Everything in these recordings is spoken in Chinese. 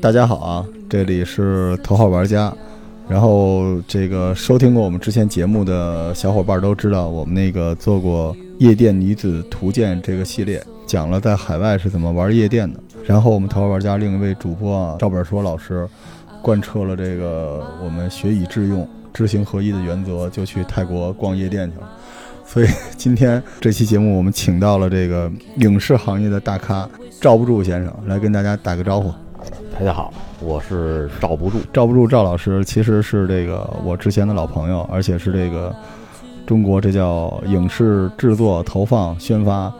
大家好啊，这里是头号玩家。然后这个收听过我们之前节目的小伙伴都知道，我们那个做过《夜店女子图鉴》这个系列，讲了在海外是怎么玩夜店的。然后我们头号玩家另一位主播啊，赵本说老师，贯彻了这个我们学以致用、知行合一的原则，就去泰国逛夜店去了。所以今天这期节目，我们请到了这个影视行业的大咖赵不住先生来跟大家打个招呼。大家好，我是赵不住。赵不住赵老师其实是这个我之前的老朋友，而且是这个中国这叫影视制作、投放、宣发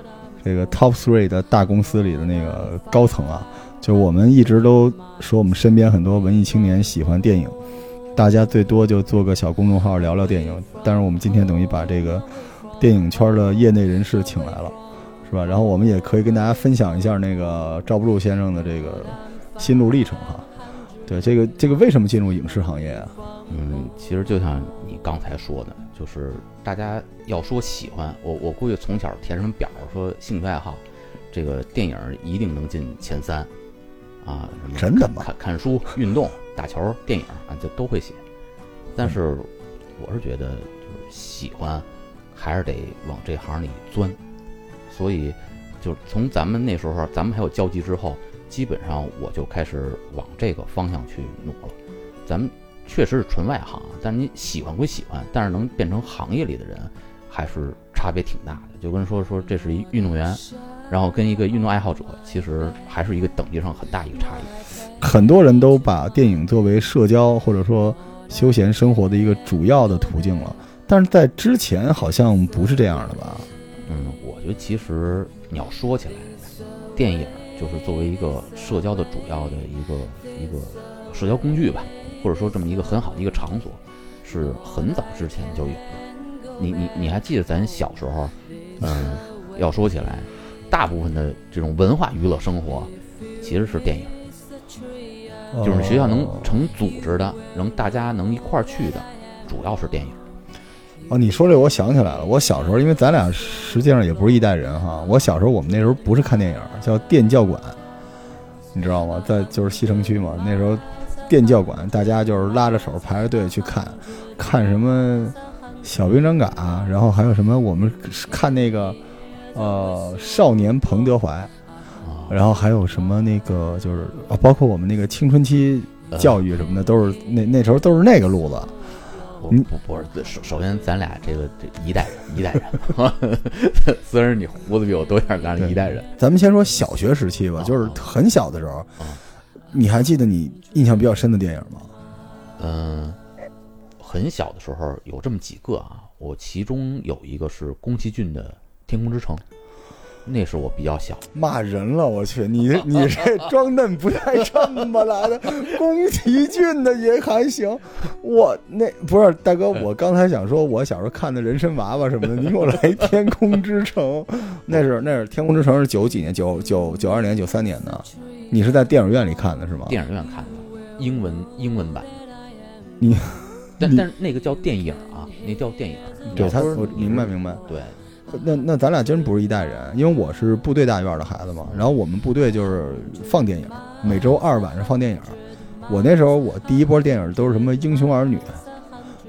这个 Top Three 的大公司里的那个高层啊。就我们一直都说，我们身边很多文艺青年喜欢电影，大家最多就做个小公众号聊聊电影。但是我们今天等于把这个电影圈的业内人士请来了，是吧？然后我们也可以跟大家分享一下那个赵不住先生的这个心路历程哈。对，这个这个为什么进入影视行业啊？嗯，其实就像你刚才说的，就是大家要说喜欢我，我估计从小填什么表儿说兴趣爱好，这个电影儿一定能进前三啊。什么真的吗看看书、运动、打球、电影啊，这都会写。但是我是觉得，就是喜欢还是得往这行里钻。所以，就是从咱们那时候，咱们还有交集之后，基本上我就开始往这个方向去努了。咱们确实是纯外行，啊但是你喜欢归喜欢，但是能变成行业里的人，还是差别挺大的。就跟说说这是一运动员，然后跟一个运动爱好者，其实还是一个等级上很大一个差异。很多人都把电影作为社交或者说休闲生活的一个主要的途径了，但是在之前好像不是这样的吧？嗯，我觉得其实你要说起来，电影就是作为一个社交的主要的一个一个社交工具吧，或者说这么一个很好的一个场所，是很早之前就有的。你你你还记得咱小时候，嗯，要说起来，大部分的这种文化娱乐生活其实是电影，就是学校能哦成组织的，能大家能一块儿去的，主要是电影。哦，你说这我想起来了，我小时候因为咱俩实际上也不是一代人哈，我小时候我们那时候不是看电影，叫电教馆，你知道吗？在就是西城区嘛，那时候电教馆大家就是拉着手排着队去看，看什么小兵张嘎，然后还有什么我们看那个呃少年彭德怀，啊，然后还有什么那个就是啊，包括我们那个青春期呃教育什么的，都是那那时候都是那个路子。不嗯不不是，首首先咱俩这个这一代人，一代人， 虽然你胡子比我多点儿，咱是一代人。咱们先说小学时期吧，啊就是很小的时候啊，你还记得你印象比较深的电影吗？嗯、很小的时候有这么几个啊，我其中有一个是宫崎骏的《天空之城》，那是我比较小。骂人了，我去！你你这装嫩不带这么来的，宫崎骏的也还行。我那不是大哎哥，我刚才想说，我小时候看的人参娃娃什么的，你给我来《天空之城》， 那是那是《天空之城》是九几年，九九九二年、九三年的，你是在电影院里看的是吗？电影院看的，英文英文版的。你，但你但是那个叫电影啊，那叫电影。你对要他，说我你明白明白。对，那那咱俩真不是一代人，因为我是部队大院的孩子嘛。然后我们部队就是放电影，每周二晚上放电影。我那时候我第一波电影都是什么《英雄儿女》，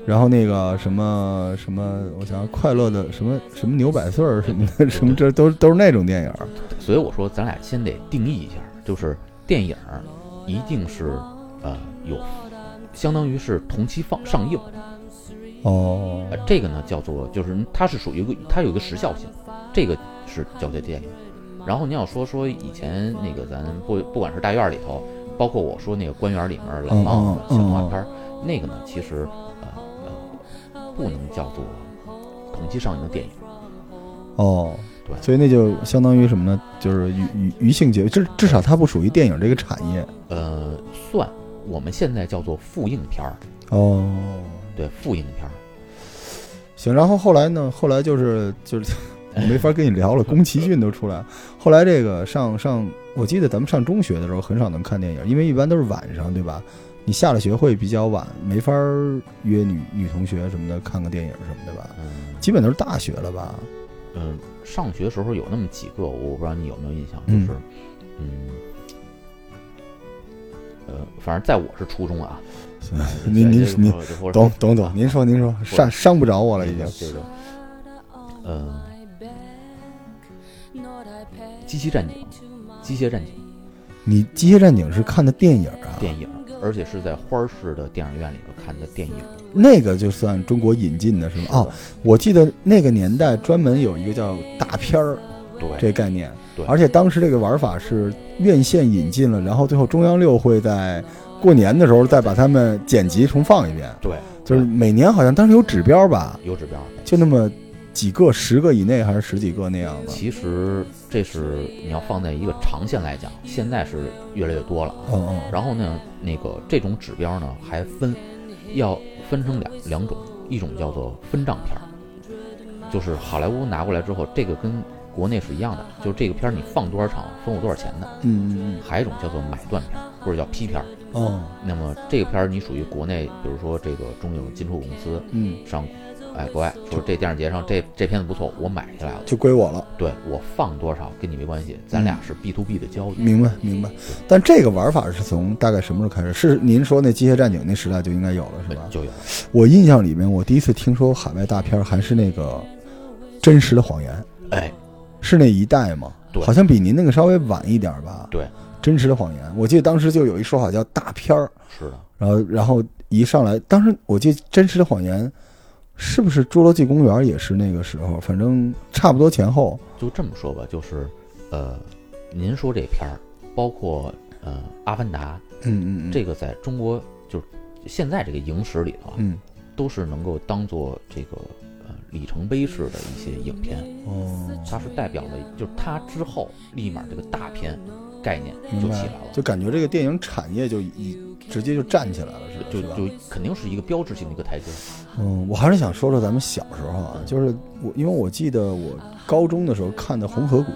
然后那个什么什么，我想想快乐的什么什么牛百岁儿什么的， 什么这都都是那种电影。所以我说，咱俩先得定义一下，就是电影儿一定是呃有，相当于是同期放上映，哦呃，这个呢叫做就是它是属于一个它有一个时效性，这个是叫做电影。然后你要说说以前那个咱不不管是大院里头，包括我说那个官员里面老帽嗯子嗯嗯小动画片儿，那个呢其实呃呃不能叫做同期上映的电影，哦，对所以那就相当于什么呢？就是娱娱娱性节，至至少它不属于电影这个产业。呃算我们现在叫做复映片儿，哦，对复映片儿。行，然后后来呢？后来就是就是， 我没法跟你聊了。宫崎骏都出来了，后来这个上上，我记得咱们上中学的时候很少能看电影，因为一般都是晚上，对吧？你下了学会比较晚，没法儿约女女同学什么的看个电影什么的吧？嗯基本都是大学了吧？嗯，上学时候有那么几个，我不知道你有没有印象，就嗯是，嗯，呃，反正在我是初中啊。 您您您您懂懂懂，您说您说，伤伤不着我了已经。这个，呃，机器战警，机械战警你《机械战警》是看的电影啊？电影，而且是在花儿市的电影院里头看的电影。那个就算中国引进的是吗？哦，我记得那个年代专门有一个叫大片儿对这概念，哎对而且当时这个玩法是院线引进了，然后最后中央六会在过年的时候再把它们剪辑重放一遍，对，就是每年好像当时有指标吧，有指标。就那么几个，十个以内还是十几个那样的。其实这是你要放在一个长线来讲，现在是越来越多了。啊嗯嗯，然后呢，那个这种指标呢还分，要分成两两种，一种叫做分账片儿，就是好莱坞拿过来之后，这个跟国内是一样的，就是这个片儿你放多少场，分我多少钱的。嗯嗯还有一种叫做买断片儿，或者叫批片儿。嗯，哦，那么这个片儿你属于国内，比如说这个中影进出口公司嗯，上，哎，国外说这电影节上这这片子不错，我买下来了，就归我了。对我放多少跟你没关系，咱俩是 B to B 的交易。明白明白，但这个玩法是从大概什么时候开始？是您说那《机械战警》那时代就应该有了是吧？呃就有了我印象里面，我第一次听说海外大片儿还是那个《真实的谎言》，哎，是那一代吗？对好像比您那个稍微晚一点儿吧。对，真实的谎言，我记得当时就有一说法叫大片儿，是的，然后然后一上来，当时我记得《真实的谎言》是不是《侏罗纪公园》也是那个时候，反正差不多前后。就这么说吧，就是，呃，您说这片儿，包括呃《阿凡达》嗯嗯嗯，这个，在中国就是现在这个影史里头啊，嗯都是能够当做这个呃里程碑式的一些影片，哦，它是代表了，就是它之后立马这个大片概念就明起白来了，就感觉这个电影产业就已直接就站起来了，是吧？就是吧就肯定是一个标志性的一个台阶。嗯，我还是想说说咱们小时候啊，就是我，因为我记得我高中的时候看的《红河谷》，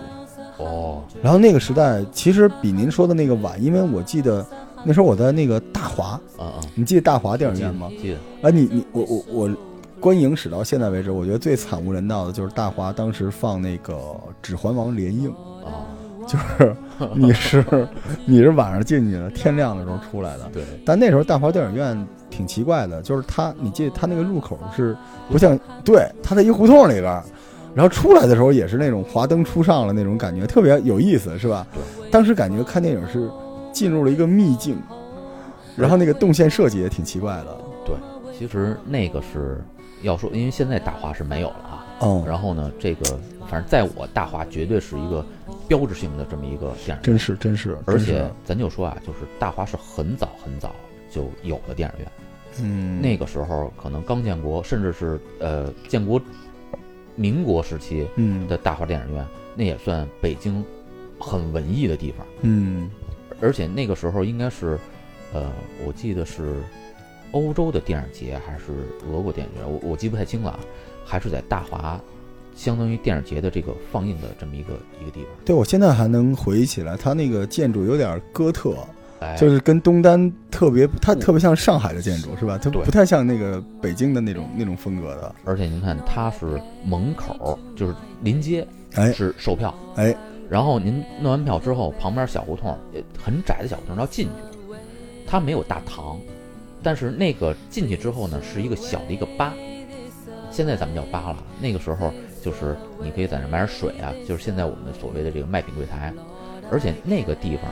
哦，然后那个时代其实比您说的那个晚，因为我记得那时候我在那个大华，嗯嗯，你记得大华电影记得院吗？？记得，啊，你你我我我，观影史到现在为止，我觉得最惨无人道的就是大华当时放那个《指环王》联 映，啊，就是你是你是晚上进去的，天亮的时候出来的，对，但那时候大华电影院挺奇怪的，就是它，你记得它那个入口是不像，对，它在一胡同里边儿，然后出来的时候也是那种华灯初上了那种感觉，特别有意思，是吧？对，当时感觉看电影是进入了一个秘境，然后那个动线设计也挺奇怪的。其实那个是要说，因为现在大华是没有了啊。嗯，然后呢，这个反正在我大华绝对是一个标志性的这么一个电影院，真是真是，而真是且咱就说啊，就是大华是很早很早就有的电影院，嗯，那个时候可能刚建国，甚至是呃建国民国时期嗯的大华电影院，那也算北京很文艺的地方。嗯而且那个时候应该是，呃，我记得是欧洲的电影节还是俄国电影节，我我记不太清了，啊，还是在大华，相当于电影节的这个放映的这么一个一个地方。对我现在还能回忆起来，它那个建筑有点哥特，哎，就是是跟东单特别，它特别像上海的建筑是吧？它对不太像那个北京的那种那种风格的。而且您看，它是门口就是临街哎是售票，哎，然后您弄完票之后，旁边小胡同呃很窄的小胡同要进去，它没有大堂，但是那个进去之后呢，是一个小的一个吧，现在咱们叫吧了，那个时候就是你可以在那买点水啊，就是现在我们所谓的这个卖品柜台，而且那个地方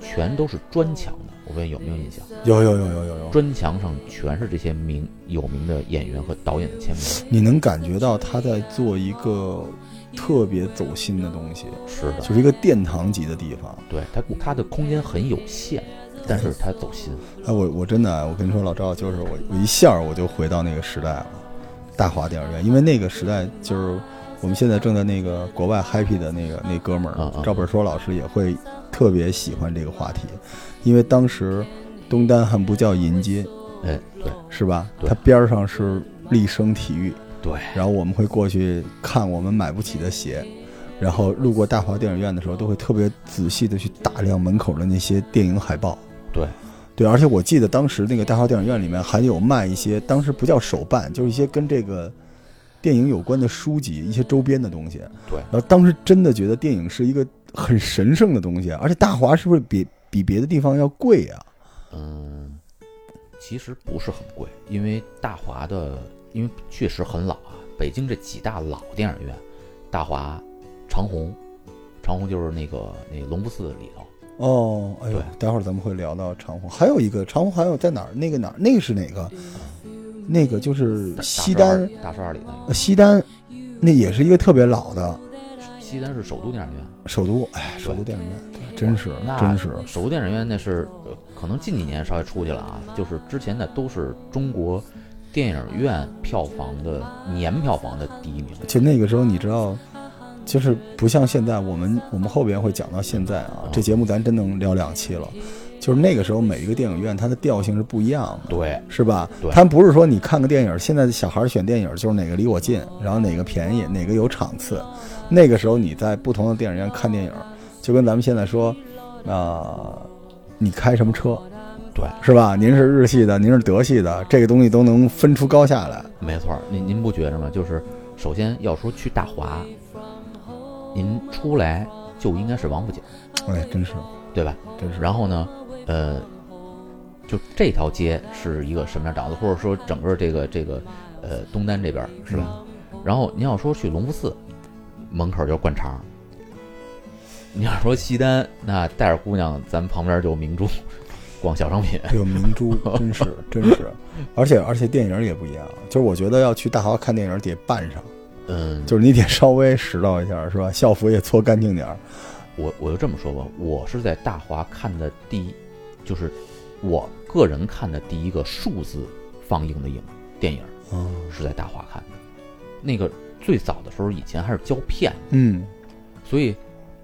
全都是砖墙的，我问有没有印象？有有有有有有，砖墙上全是这些名有名的演员和导演的签名，你能感觉到他在做一个特别走心的东西，是的，就是一个殿堂级的地方。对它它的空间很有限，但是它走心。哎，我我真的，我跟你说，老赵，就是我我一下儿我就回到那个时代了，大华电影院，因为那个时代就是我们现在正在那个国外 happy 的那个那哥们嗯儿嗯赵本硕老师也会特别喜欢这个话题，因为当时东单还不叫银街，哎，对是吧？对它边儿上是立生体育，对，然后我们会过去看我们买不起的鞋，然后路过大华电影院的时候，都会特别仔细的去打量门口的那些电影海报。对，对，而且我记得当时那个大华电影院里面还有卖一些，当时不叫手办，就是一些跟这个电影有关的书籍、一些周边的东西。对然后当时真的觉得电影是一个很神圣的东西，而且大华是不是比比别的地方要贵啊？嗯，其实不是很贵，因为大华的，因为确实很老啊。北京这几大老电影院，大华、长虹，长虹就是那个那个隆福寺里头，哦，哎呦对，待会儿咱们会聊到长虹，还有一个长虹还有在哪儿？那个哪儿？那个是哪个？嗯那个就是大西单，大栅栏里那呃西单，那也是一个特别老的个，西单是首都电影院，首都，哎，首都电影院，对真是那真是，首都电影院那是呃可能近几年稍微出去了啊，就是之前的都是中国电影院票房的年票房的第一名。就那个时候你知道，就是不像现在，我们我们后边会讲到现在啊啊，这节目咱真能聊两期了，就是那个时候每一个电影院它的调性是不一样的。对，是吧？对他不是说你看个电影，现在的小孩选电影就是哪个离我近，然后哪个便宜，哪个有场次。那个时候你在不同的电影院看电影，就跟咱们现在说，啊、你开什么车，对，是吧？您是日系的，您是德系的，这个东西都能分出高下来。没错儿，您您不觉着吗？就是首先要说去大华，您出来就应该是王府井，哎，真是，对吧？真是。然后呢，呃，就这条街是一个什么样的档次，或者说整个这个这个呃东单这边儿是吧？然后您要说去隆福寺，门口就是灌肠。你要说西单，那带着姑娘，咱们旁边就明珠，逛小商品。哎呦，明珠真 是真是，而且而且电影也不一样，就是我觉得要去大华看电影得扮上，嗯，就是你得稍微拾掇一下，是吧？校服也搓干净点儿。我我就这么说吧，我是在大华看的第一，就是我个人看的第一个数字放映的影电影嗯是在大华看的。那个最早的时候，以前还是胶片，嗯，所以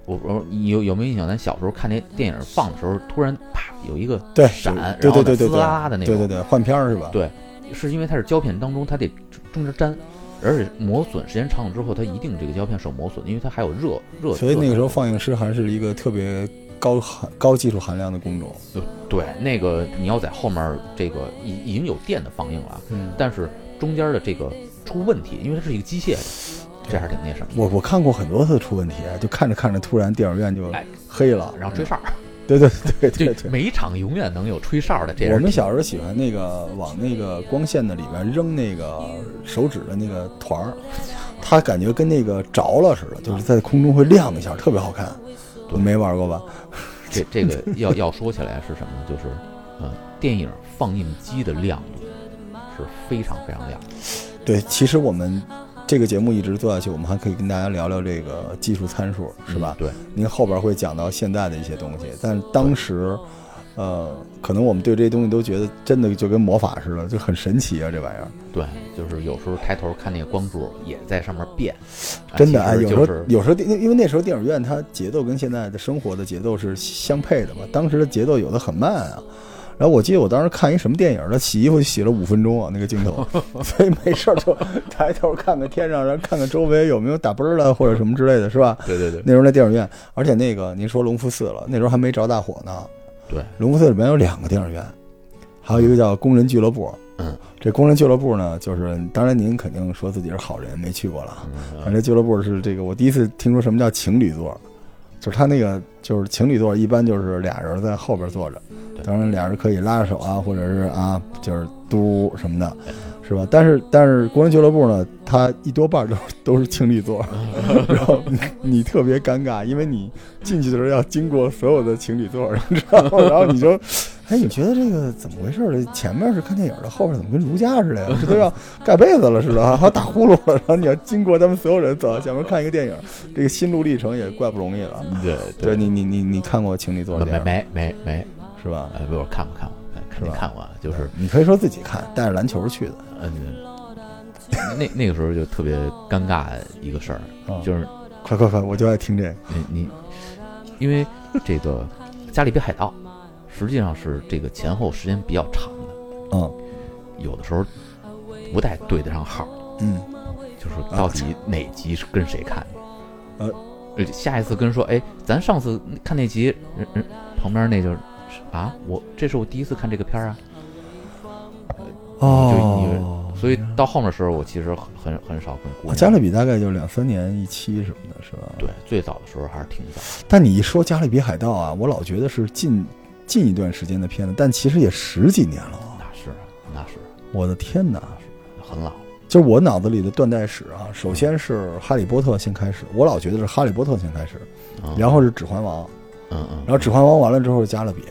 我我你有有没有印象？咱小时候看那电影放的时候，突然啪有一个对闪，对然后对呢哎对对撕对啦啦的那对对种，对，换片儿是吧？对是因为它是胶片当中它得中间粘。而且磨损时间长了之后，它一定这个胶片是有磨损的，因为它还有热热。所以那个时候热放映师还是一个特别高含高技术含量的工种。对，那个你要在后面儿这个已已经有电的放映了，嗯，但是中间的这个出问题，因为它是一个机械的，这还是挺那什么我我看过很多次出问题，啊就看着看着突然电影院就哎黑了嗯的。，然后吹哨儿，对对对对这对。 每一场永远能有吹哨儿的，这我人们小时候喜欢那个往那个光线的里边扔那个手指的那个团儿，它感觉跟那个着了似的，就是在空中会亮一下，特别好看。对你没玩过吧？这这个要要说起来是什么呢？就是呃，电影放映机的亮度是非常非常亮的。对，其实我们这个节目一直做下去，我们还可以跟大家聊聊这个技术参数，是吧？对，您后边会讲到现在的一些东西，但当时，呃，可能我们对这些东西都觉得真的就跟魔法似的，就很神奇啊，这玩意儿对，就是有时候抬头看那个光柱也在上面变，啊真的其哎，实有时就候是有时候电因为那时候电影院它节奏跟现在的生活的节奏是相配的嘛，当时的节奏有的很慢啊。然后我记得我当时看一什么电影，他洗衣服洗了五分钟啊，那个镜 头，所以没事儿就抬头看看天上，然后看看周围有没有打啵儿的或者什么之类的，是吧？对对对那时候在电影院，而且那个您说隆福寺了，那时候还没着大火呢。对，隆福寺里面有两个电影院，还有一个叫工人俱乐部。嗯，这工人俱乐部呢，就是当然您肯定说自己是好人，没去过了啊。 反嗯，正俱乐部是这个，我第一次听说什么叫情侣座，就是他那个就是情侣座，一般就是俩人在后边坐着，对当然俩人可以拉着手啊，或者是啊，就是嘟什么的，是吧？但是但是国人俱乐部呢，它一多半都是都是情侣座，然后你你特别尴尬，因为你进去的时候要经过所有的情侣座，你知道吗？ 然后你就。 哎，你觉得这个怎么回事儿？这前面是看电影的，后边怎么跟儒家似的呀？这都 要盖被子了似的，还打呼噜了。然后你要经过他们所有人走到前面看一个电影，这个心路历程也怪不容易了。嗯对对你，你你你看过情侣座的没电影没没没，是吧？呃，我看过看过，哎肯定吧看过，啊，就是你可以说自己看，带着篮球去的。嗯，那那个时候就特别尴尬的一个事儿，啊就是快快快，我就爱听这个。你你，因为这个《加勒比海盗》实际上是这个前后时间比较长的，嗯有的时候不太对得上号，嗯，就是到底哪集是跟谁看的。呃呃，下一次跟人说，哎，咱上次看那集，人人旁边那就是啊，我这是我第一次看这个片儿啊，哦，所以到后面的时候，我其实很很很少跟姑娘。加勒比大概就两三年一期什么的，是吧？对，最早的时候还是挺早的，但你一说《加勒比海盗》啊，我老觉得是近近一段时间的片子，但其实也十几年了啊！那是那是我的天哪！很老了，就是我脑子里的断代史啊，首先是《哈利波特》先开始，我老觉得是《哈利波特》先开始，嗯然后是《指环王》，嗯嗯，然后《指环王》完了之后是《加勒比》，《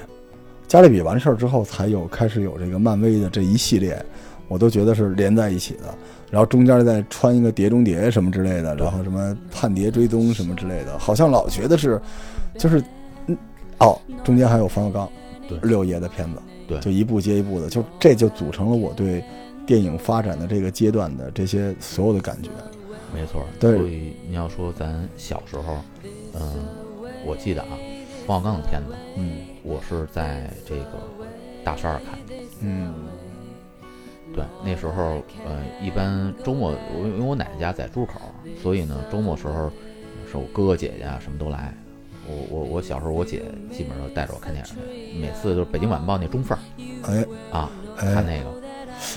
加勒比》完事儿之后才有开始有这个漫威的这一系列，我都觉得是连在一起的。然后中间再穿一个碟中谍什么之类的，然后什么叛谍追踪什么之类的，好像老觉得是，就是，嗯，哦，中间还有冯小刚，对六爷的片子，对就一步接一步的，就这就组成了我对电影发展的这个阶段的这些所有的感觉。没错。对所以你要说咱小时候，嗯、我记得啊，冯小刚的片子，嗯我是在这个大栅栏看的。嗯对，那时候呃，一般周末我因为我奶奶家在朱口，所以呢，周末时候是我哥哥姐姐啊什么都来。我我我小时候，我姐基本上都带着我看电影去，每次就是《北京晚报》那中缝儿哎啊，看哎，那个。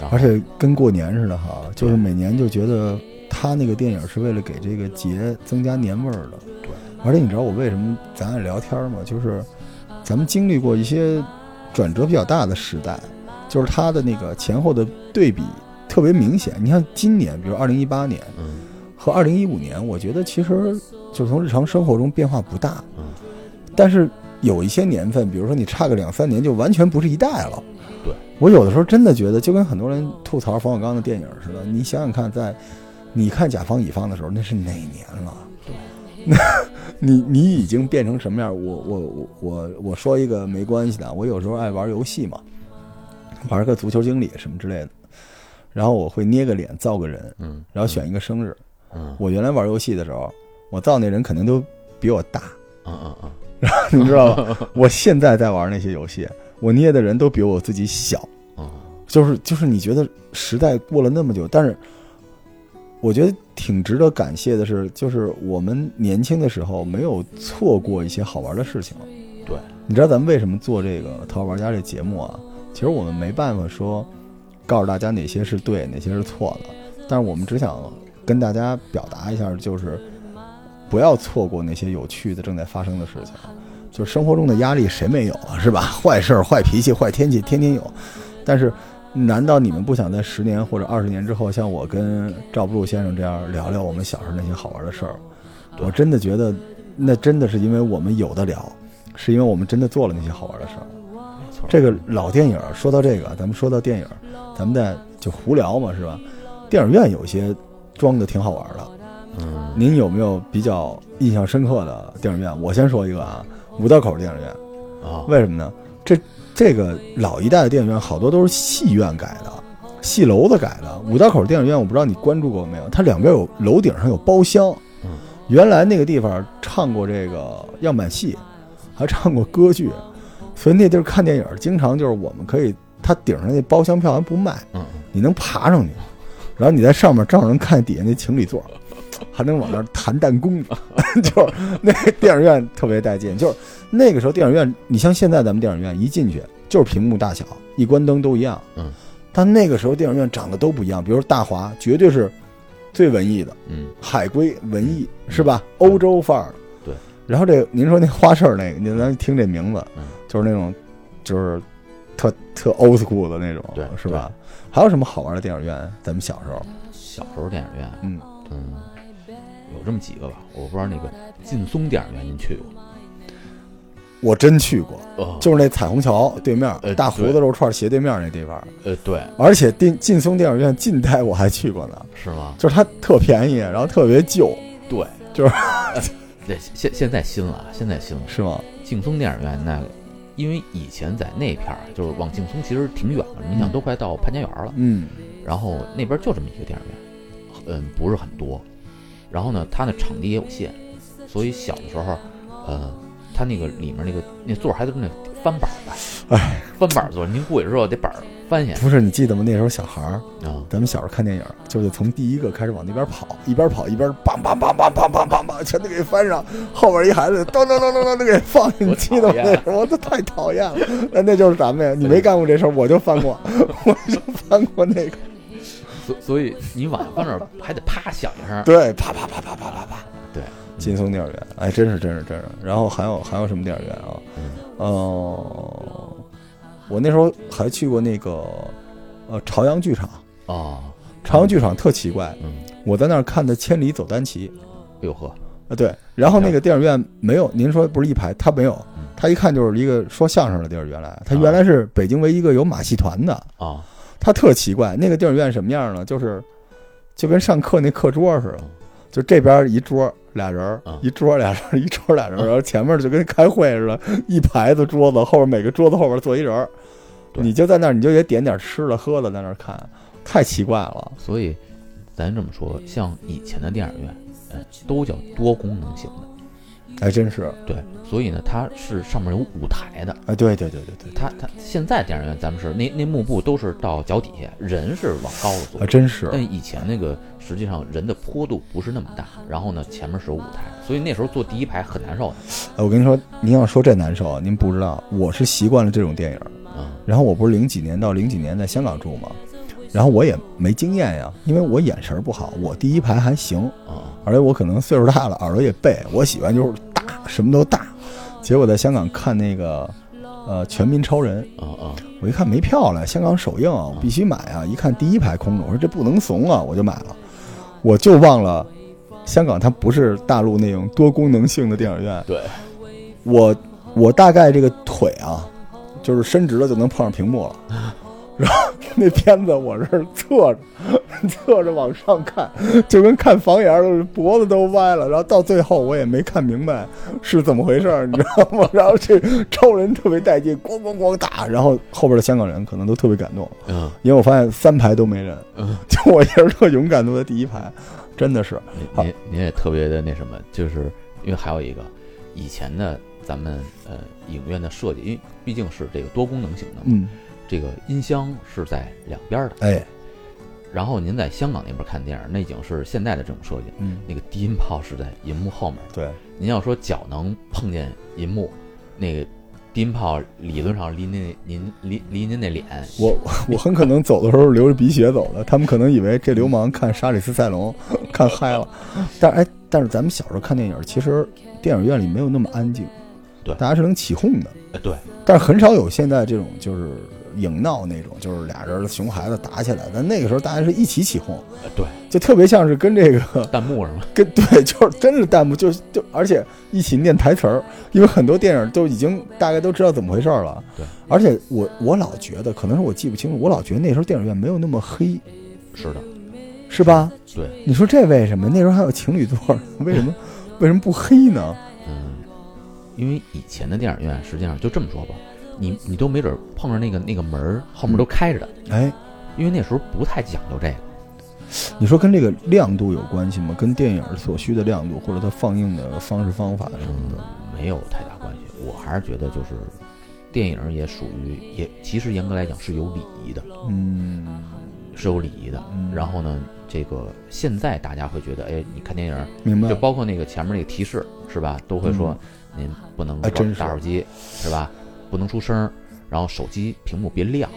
然后而且跟过年似的哈，就是每年就觉得他那个电影是为了给这个节增加年味儿的。对，而且你知道我为什么咱爱聊天吗？就是咱们经历过一些转折比较大的时代，就是它的那个前后的对比特别明显。你看今年，比如二零一八年嗯和二零一五年，我觉得其实就从日常生活中变化不大，嗯，但是有一些年份，比如说你差个两三年，就完全不是一代了。对，我有的时候真的觉得，就跟很多人吐槽冯小刚的电影似的，你想想看，在你看甲方乙方的时候，那是哪年了？对， 你你已经变成什么样？我我我我我说一个没关系的，我有时候爱玩游戏嘛，玩个足球经理什么之类的，然后我会捏个脸造个人，嗯，然后选一个生日。嗯我原来玩游戏的时候，我造那人肯定都比我大，嗯嗯嗯你知道吗？我现在在玩那些游戏，我捏的人都比我自己小，嗯就是就是你觉得时代过了那么久，但是我觉得挺值得感谢的是，就是我们年轻的时候没有错过一些好玩的事情。嗯，对，你知道咱们为什么做这个《淘宝玩家》这节目啊？其实我们没办法说告诉大家哪些是对，哪些是错的，但是我们只想跟大家表达一下，就是不要错过那些有趣的正在发生的事情。就是生活中的压力谁没有啊？是吧？ 坏事儿、坏脾气、坏天气，天天有。但是，难道你们不想在十年或者二十年之后，像我跟赵不住先生这样聊聊我们小时候那些好玩的事儿？对我真的觉得，那真的是因为我们有的聊，是因为我们真的做了那些好玩的事儿。没错。这个老电影，说到这个，咱们说到电影，咱们再就胡聊嘛，是吧？电影院有些装的挺好玩的，嗯您有没有比较印象深刻的电影院？我先说一个啊，五道口电影院，啊，为什么呢？这这个老一代的电影院好多都是戏院改的，戏楼子改的。五道口电影院，我不知道你关注过没有？它两边有楼顶上有包厢嗯，原来那个地方唱过这个样板戏，还唱过歌剧，所以那地儿看电影，经常就是我们可以，它顶上那包厢票还不卖，嗯你能爬上去，然后你在上面正好能看底下那情侣座， 还能往那儿弹弹弓， 就是那电影院特别带劲。就是那个时候电影院，你像现在咱们电影院一进去就是屏幕大小，一关灯都一样。嗯，但那个时候电影院长得都不一样，比如说大华绝对是最文艺的，嗯海归文艺是吧？欧洲范儿。对。然后这您说那花市儿那个，您咱听这名字嗯，就是那种，就是特特 old school 的那种，对是吧？还有什么好玩的电影院？咱们小时候，小时候电影院，嗯，嗯，有这么几个吧，我不知道那个劲松电影院您去过吗？我真去过，哦，就是那彩虹桥对面，呃大胡子肉串斜对面那地方。呃，对，而且电劲松电影院近代我还去过呢，是吗？就是它特便宜，然后特别旧，对，就是呃对，现现在新了啊，现在新了。是吗？劲松电影院那个，因为以前在那片儿，就是往劲松其实挺远的，你想都快到潘家园了。嗯然后那边就这么一个电影院，嗯，不是很多。然后呢，它那场地也有限，所以小的时候，呃，它那个里面那个那座儿还都是那翻板儿的，翻板儿座，您过去之后得板儿翻下不是，你记得吗？那时候小孩儿，啊，咱们小时候看电影，就是从第一个开始往那边跑，一边跑一边梆梆梆梆梆梆梆梆，全都给翻上。后边一孩子咚咚咚咚咚都给放进去，你记得吗？那我讨厌啊时候我都太讨厌了。那那就是咱们呀，你没干过这事儿，我就翻过， 我就翻过那 个。所所以你往翻那儿还得啪响一声，对，啪啪啪啪啪啪啪。对，劲松电影院，哎，真是真是真是。然后还有还有什么电影院啊？嗯哦、我那时候还去过那个呃朝阳剧场，哦，朝阳剧场特奇怪，嗯，我在那儿看的《千里走单骑》哎呦呵，啊，对，然后那个电影院没有，您说不是一排，它没有，它一看就是一个说相声的地儿。原来它原来是北京唯一一个有马戏团的，啊，它特奇怪。那个电影院什么样呢？就是就跟上课那课桌似的嗯，就这边一桌俩人儿嗯，一桌俩人儿，一桌俩人儿，然后前面就跟开会似的，一排子桌子，后边每个桌子后边坐一人儿，对你就在那儿，你就也点点吃的喝的在那儿看，太奇怪了。所以咱这么说，像以前的电影院，呃，都叫多功能型的，哎，真是，对，所以呢，它是上面有舞台的。哎，对对对对对，它它现在电影院咱们是那那幕布都是到脚底下，人是往高了坐哎，，真是，但以前那个实际上人的坡度不是那么大，然后呢前面是有舞台，所以那时候坐第一排很难受的。哎，我跟您说，您要说这难受，啊您不知道，我是习惯了这种电影儿。嗯然后我不是零几年到零几年在香港住嘛，然后我也没经验呀，因为我眼神儿不好，我第一排还行，啊而且我可能岁数大了，耳朵也背，我喜欢就是大，什么都大。结果在香港看那个呃《全民超人》，啊啊！我一看没票了，香港首映啊，我必须买啊！一看第一排空着，我说这不能怂啊，我就买了。我就忘了，香港它不是大陆那种多功能性的电影院，对，我我大概这个腿啊，就是伸直了就能碰上屏幕了。然后那片子我是侧着侧着往上看，就跟看房檐儿似的，脖子都歪了。然后到最后我也没看明白是怎么回事儿，你知道吗？然后这超人特别带劲，咣咣咣打。然后后边的香港人可能都特别感动，嗯因为我发现三排都没人，嗯， 就我一人特勇敢坐在第一排，真的是好您您您也特别的那什么，就是因为还有一个以前的咱们呃影院的设计，因为毕竟是这个多功能型的嘛，嗯这个音箱是在两边儿的。哎然后您在香港那边看电影，那已经是现代的这种设计，嗯那个低音炮是在银幕后面儿。对您要说脚能碰见银幕，那个低音炮理论上离您您离离您那脸，我 我很可能走的时候流着鼻血走的，他们可能以为这流氓看莎莉斯塞隆 看嗨了，但是哎，但是咱们小时候看电影，其实电影院里没有那么安静，对大家是能起哄的，呃对，但是很少有现在这种就是影闹那种，就是俩人熊孩子打起来，但那个时候大家是一起起哄，呃对，就特别像是跟这个弹幕是吗？跟 对，就是真是弹幕，就是就而且一起念台词儿，因为很多电影都已经大概都知道怎么回事儿了。对，而且我我老觉得，可能是我记不清楚，我老觉得那时候电影院没有那么黑，是的，是吧？对，你说这为什么？那时候还有情侣座儿， 为 什么为什么不黑呢？嗯，因为以前的电影院实际上就这么说吧，你你都没准碰上那个那个门儿后面都开着的，哎，因为那时候不太讲究这个。你说跟这个亮度有关系吗？跟电影所需的亮度，或者它放映的方式方法什么嗯的？，没有太大关系。我还是觉得就是电影也属于也，其实严格来讲是有礼仪的，嗯，是有礼仪的。嗯然后呢，这个现在大家会觉得，哎，你看电影，明白就。包括那个前面那个提示是吧，都会说、您不能嗯哎真是玩打手机是吧，不能出声儿，然后手机屏幕别亮，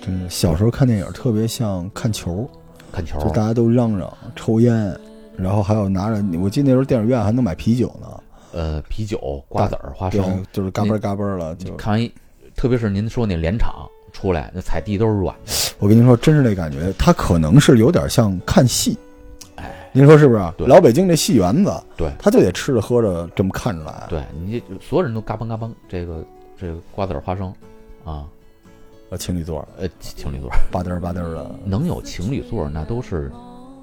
真是小时候看电影特别像看球儿。看球就大家都嚷嚷抽烟，然后还有拿着，我记得那时候电影院还能买啤酒呢，呃啤酒、瓜子儿、花对生，，就是嘎嘣儿嘎嘣儿了。你就看完一，特别是您说那连场出来，那踩地都是软的，我跟您说，真是那感觉，它可能是有点像看戏，哎，您说是不是？对老北京这戏园子，对。他就得吃着喝着这么看着来。对你这所有人都嘎嘣嘎嘣，这个这个瓜子儿花生，啊，呃，情侣座，呃，情侣座吧嗒儿吧嗒儿的，能有情侣座，那都是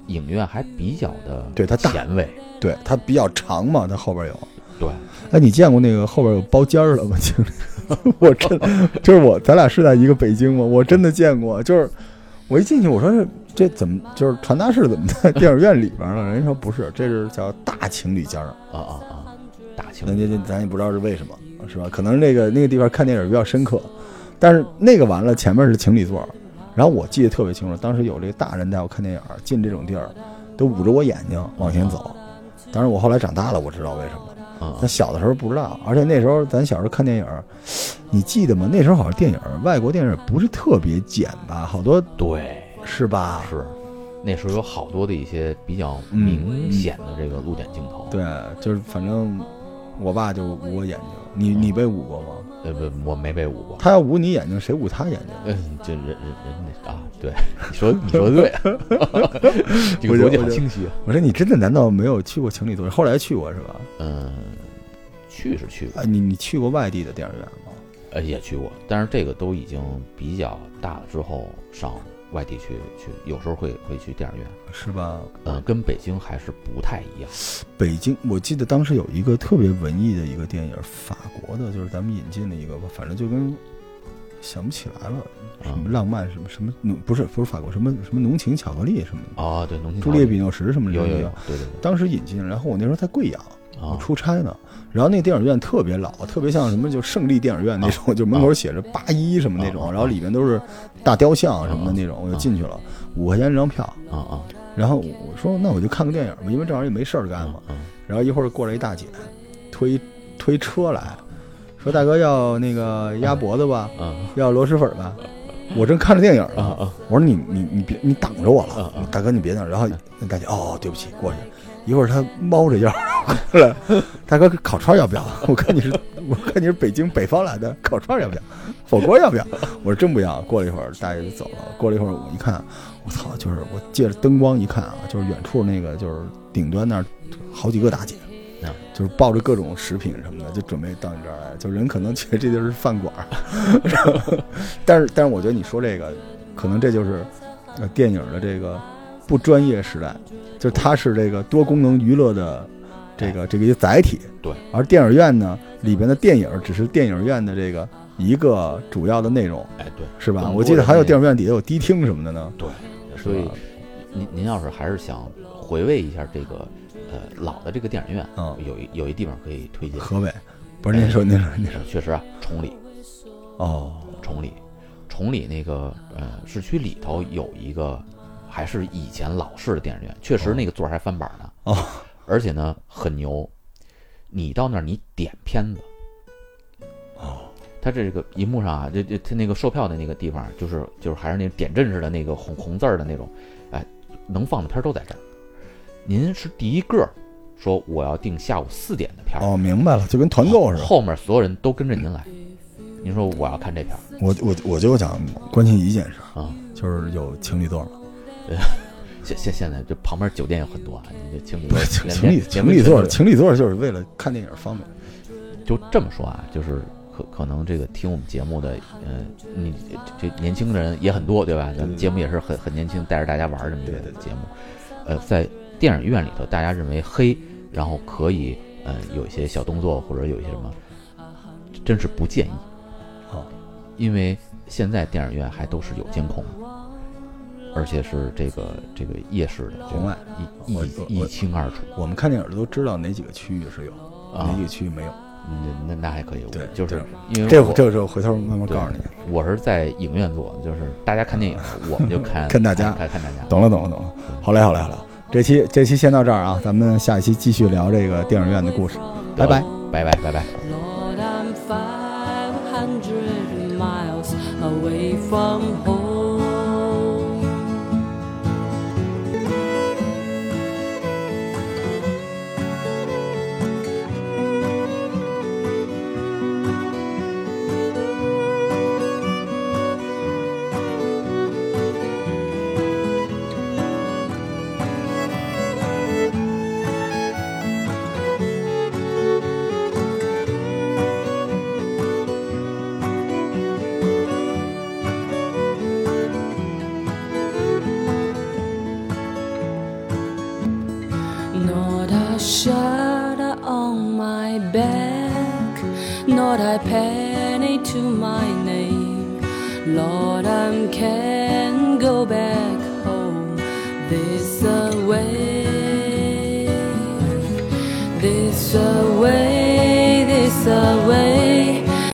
影院还比较的对它大前卫，对，它比较长嘛，它后边有。对，哎，你见过那个后边有包间儿的吗？情侣， 我真就是我，咱俩是在一个北京吗？我真的见过，就是我一进去，我说这这怎么就是传达室怎么在电影院里边了？人家说不是，这是叫大情侣间儿，啊啊啊，大情那侣那那咱也不知道是为什么，是吧？可能那个那个地方看电影比较深刻，但是那个完了，前面是情侣座儿，然后我记得特别清楚，当时有这个大人带我看电影，进这种地儿都捂着我眼睛往前走。当然，我后来长大了，我知道为什么。啊那，小的时候不知道，而且那时候咱小时候看电影儿，你记得吗？那时候好像电影儿外国电影儿不是特别剪吧，好多对，是吧？是那时候有好多的一些比较嗯明显的这个露点镜头，对，就是反正我爸就捂我眼睛，你你被捂过吗？呃不，我没被捂过。他要捂你眼睛，谁捂他眼睛？嗯，这人人人得啊，对，你说你说的对，啊这个逻辑好清晰。啊我说你真的难道没有去过情侣座？后来去过是吧？嗯，去是去过，啊，你你去过外地的电影院吗？呃，也去过，但是这个都已经比较大了，之后上外地去去，有时候会会去电影院。是吧？呃，跟北京还是不太一样。北京，我记得当时有一个特别文艺的一个电影，法国的，就是咱们引进的一个吧，反正就跟想不起来了，什啊么浪漫什么什么浓，不是不是法国，什么什么浓情巧克力什么的，哦，对，农村朱丽叶与诺什什么之有类有的有。，对对对，当时引进，然后我那时候在贵阳，我啊，出差呢。然后那个电影院特别老，特别像什么就胜利电影院那种，就门口写着八一什么那啊种，啊然后里面都是大雕像什么的啊那种，我就进去了，五块钱一张票。啊啊，然后我说那我就看个电影吧，因为正好也没事儿干嘛。嗯？然后一会儿过来一大姐，推推车来，说大哥要那个鸭脖子吧，嗯要螺蛳粉吧。我正看着电影嗯呢，啊我说你你你别你挡着我啊了啊，大哥你别那儿。然后那大姐哦对不起过去，一会儿他猫着腰过来，大哥烤串要不要？我看你是我看你是北京北方来的，烤串要不要？火锅要不要？我说真不要。过了一会儿大爷就走了，过了一会儿我一看，我操，就是我借着灯光一看啊，就是远处那个就是顶端那儿好几个大姐嗯。就是抱着各种食品什么的，就准备到你这儿来。就人可能觉得这就是饭馆儿， 但是但是我觉得你说这个，可能这就是呃电影的这个不专业时代，就是它是这个多功能娱乐的这个这个一个载体。对，而电影院呢，里边的电影只是电影院的这个一个主要的内容，哎对，是吧？更多的我记得还有内电容影院底下有迪厅什么的呢。所是以吧您您要是还是想回味一下这个呃老的这个电影院，嗯，有一有一地方可以推荐，河北不是您说您说您说确实啊，崇礼哦，崇礼崇礼那个呃市区里头有一个还是以前老式的电影院，确实那个座儿还翻板呢，哦，而且呢很牛，你到那儿你点片子。哦，它这个荧幕上啊，这这它那个售票的那个地方，就是就是还是那点阵式的那个红红字儿的那种，哎，能放的片儿都在这儿。您是第一个说我要订下午四点的片儿，哦，啊明白了，就跟团购似的。后面所有人都跟着您来。您说我要看这片儿我我我就想关心一件事，啊、就是有情侣座了。现现现在这旁边酒店有很多啊，你这情侣不座是 连情侣连情连侣个座，群情侣座就是为了看电影方便。就这么说啊，就是可可能这个听我们节目的，呃，你这这年轻人也很多，对吧？咱们节目也是很很年轻，带着大家玩儿这么一个对对对节目。呃，在电影院里头，大家认为黑，然后可以呃有一些小动作或者有一些什么，真是不建议，哦，因为现在电影院还都是有监控的，而且是这个这个夜视的红外，一我一我一清二楚我们看电影都知道哪几个区域是有，哪啊几，个区域没有。那那那还可以，我对就是因为这我这这回头慢慢告诉你。我是在影院做，就是大家看电影，我们就看 看大家看看看大家。懂了，懂了，懂了。好嘞，好嘞，好嘞。这期这期先到这儿啊，咱们下一期继续聊这个电影院的故事。拜拜，拜拜，拜拜。 Lord, I'm 500 miles away from home. Not a shudder on my back, not a penny to my name. Lord, I can't go back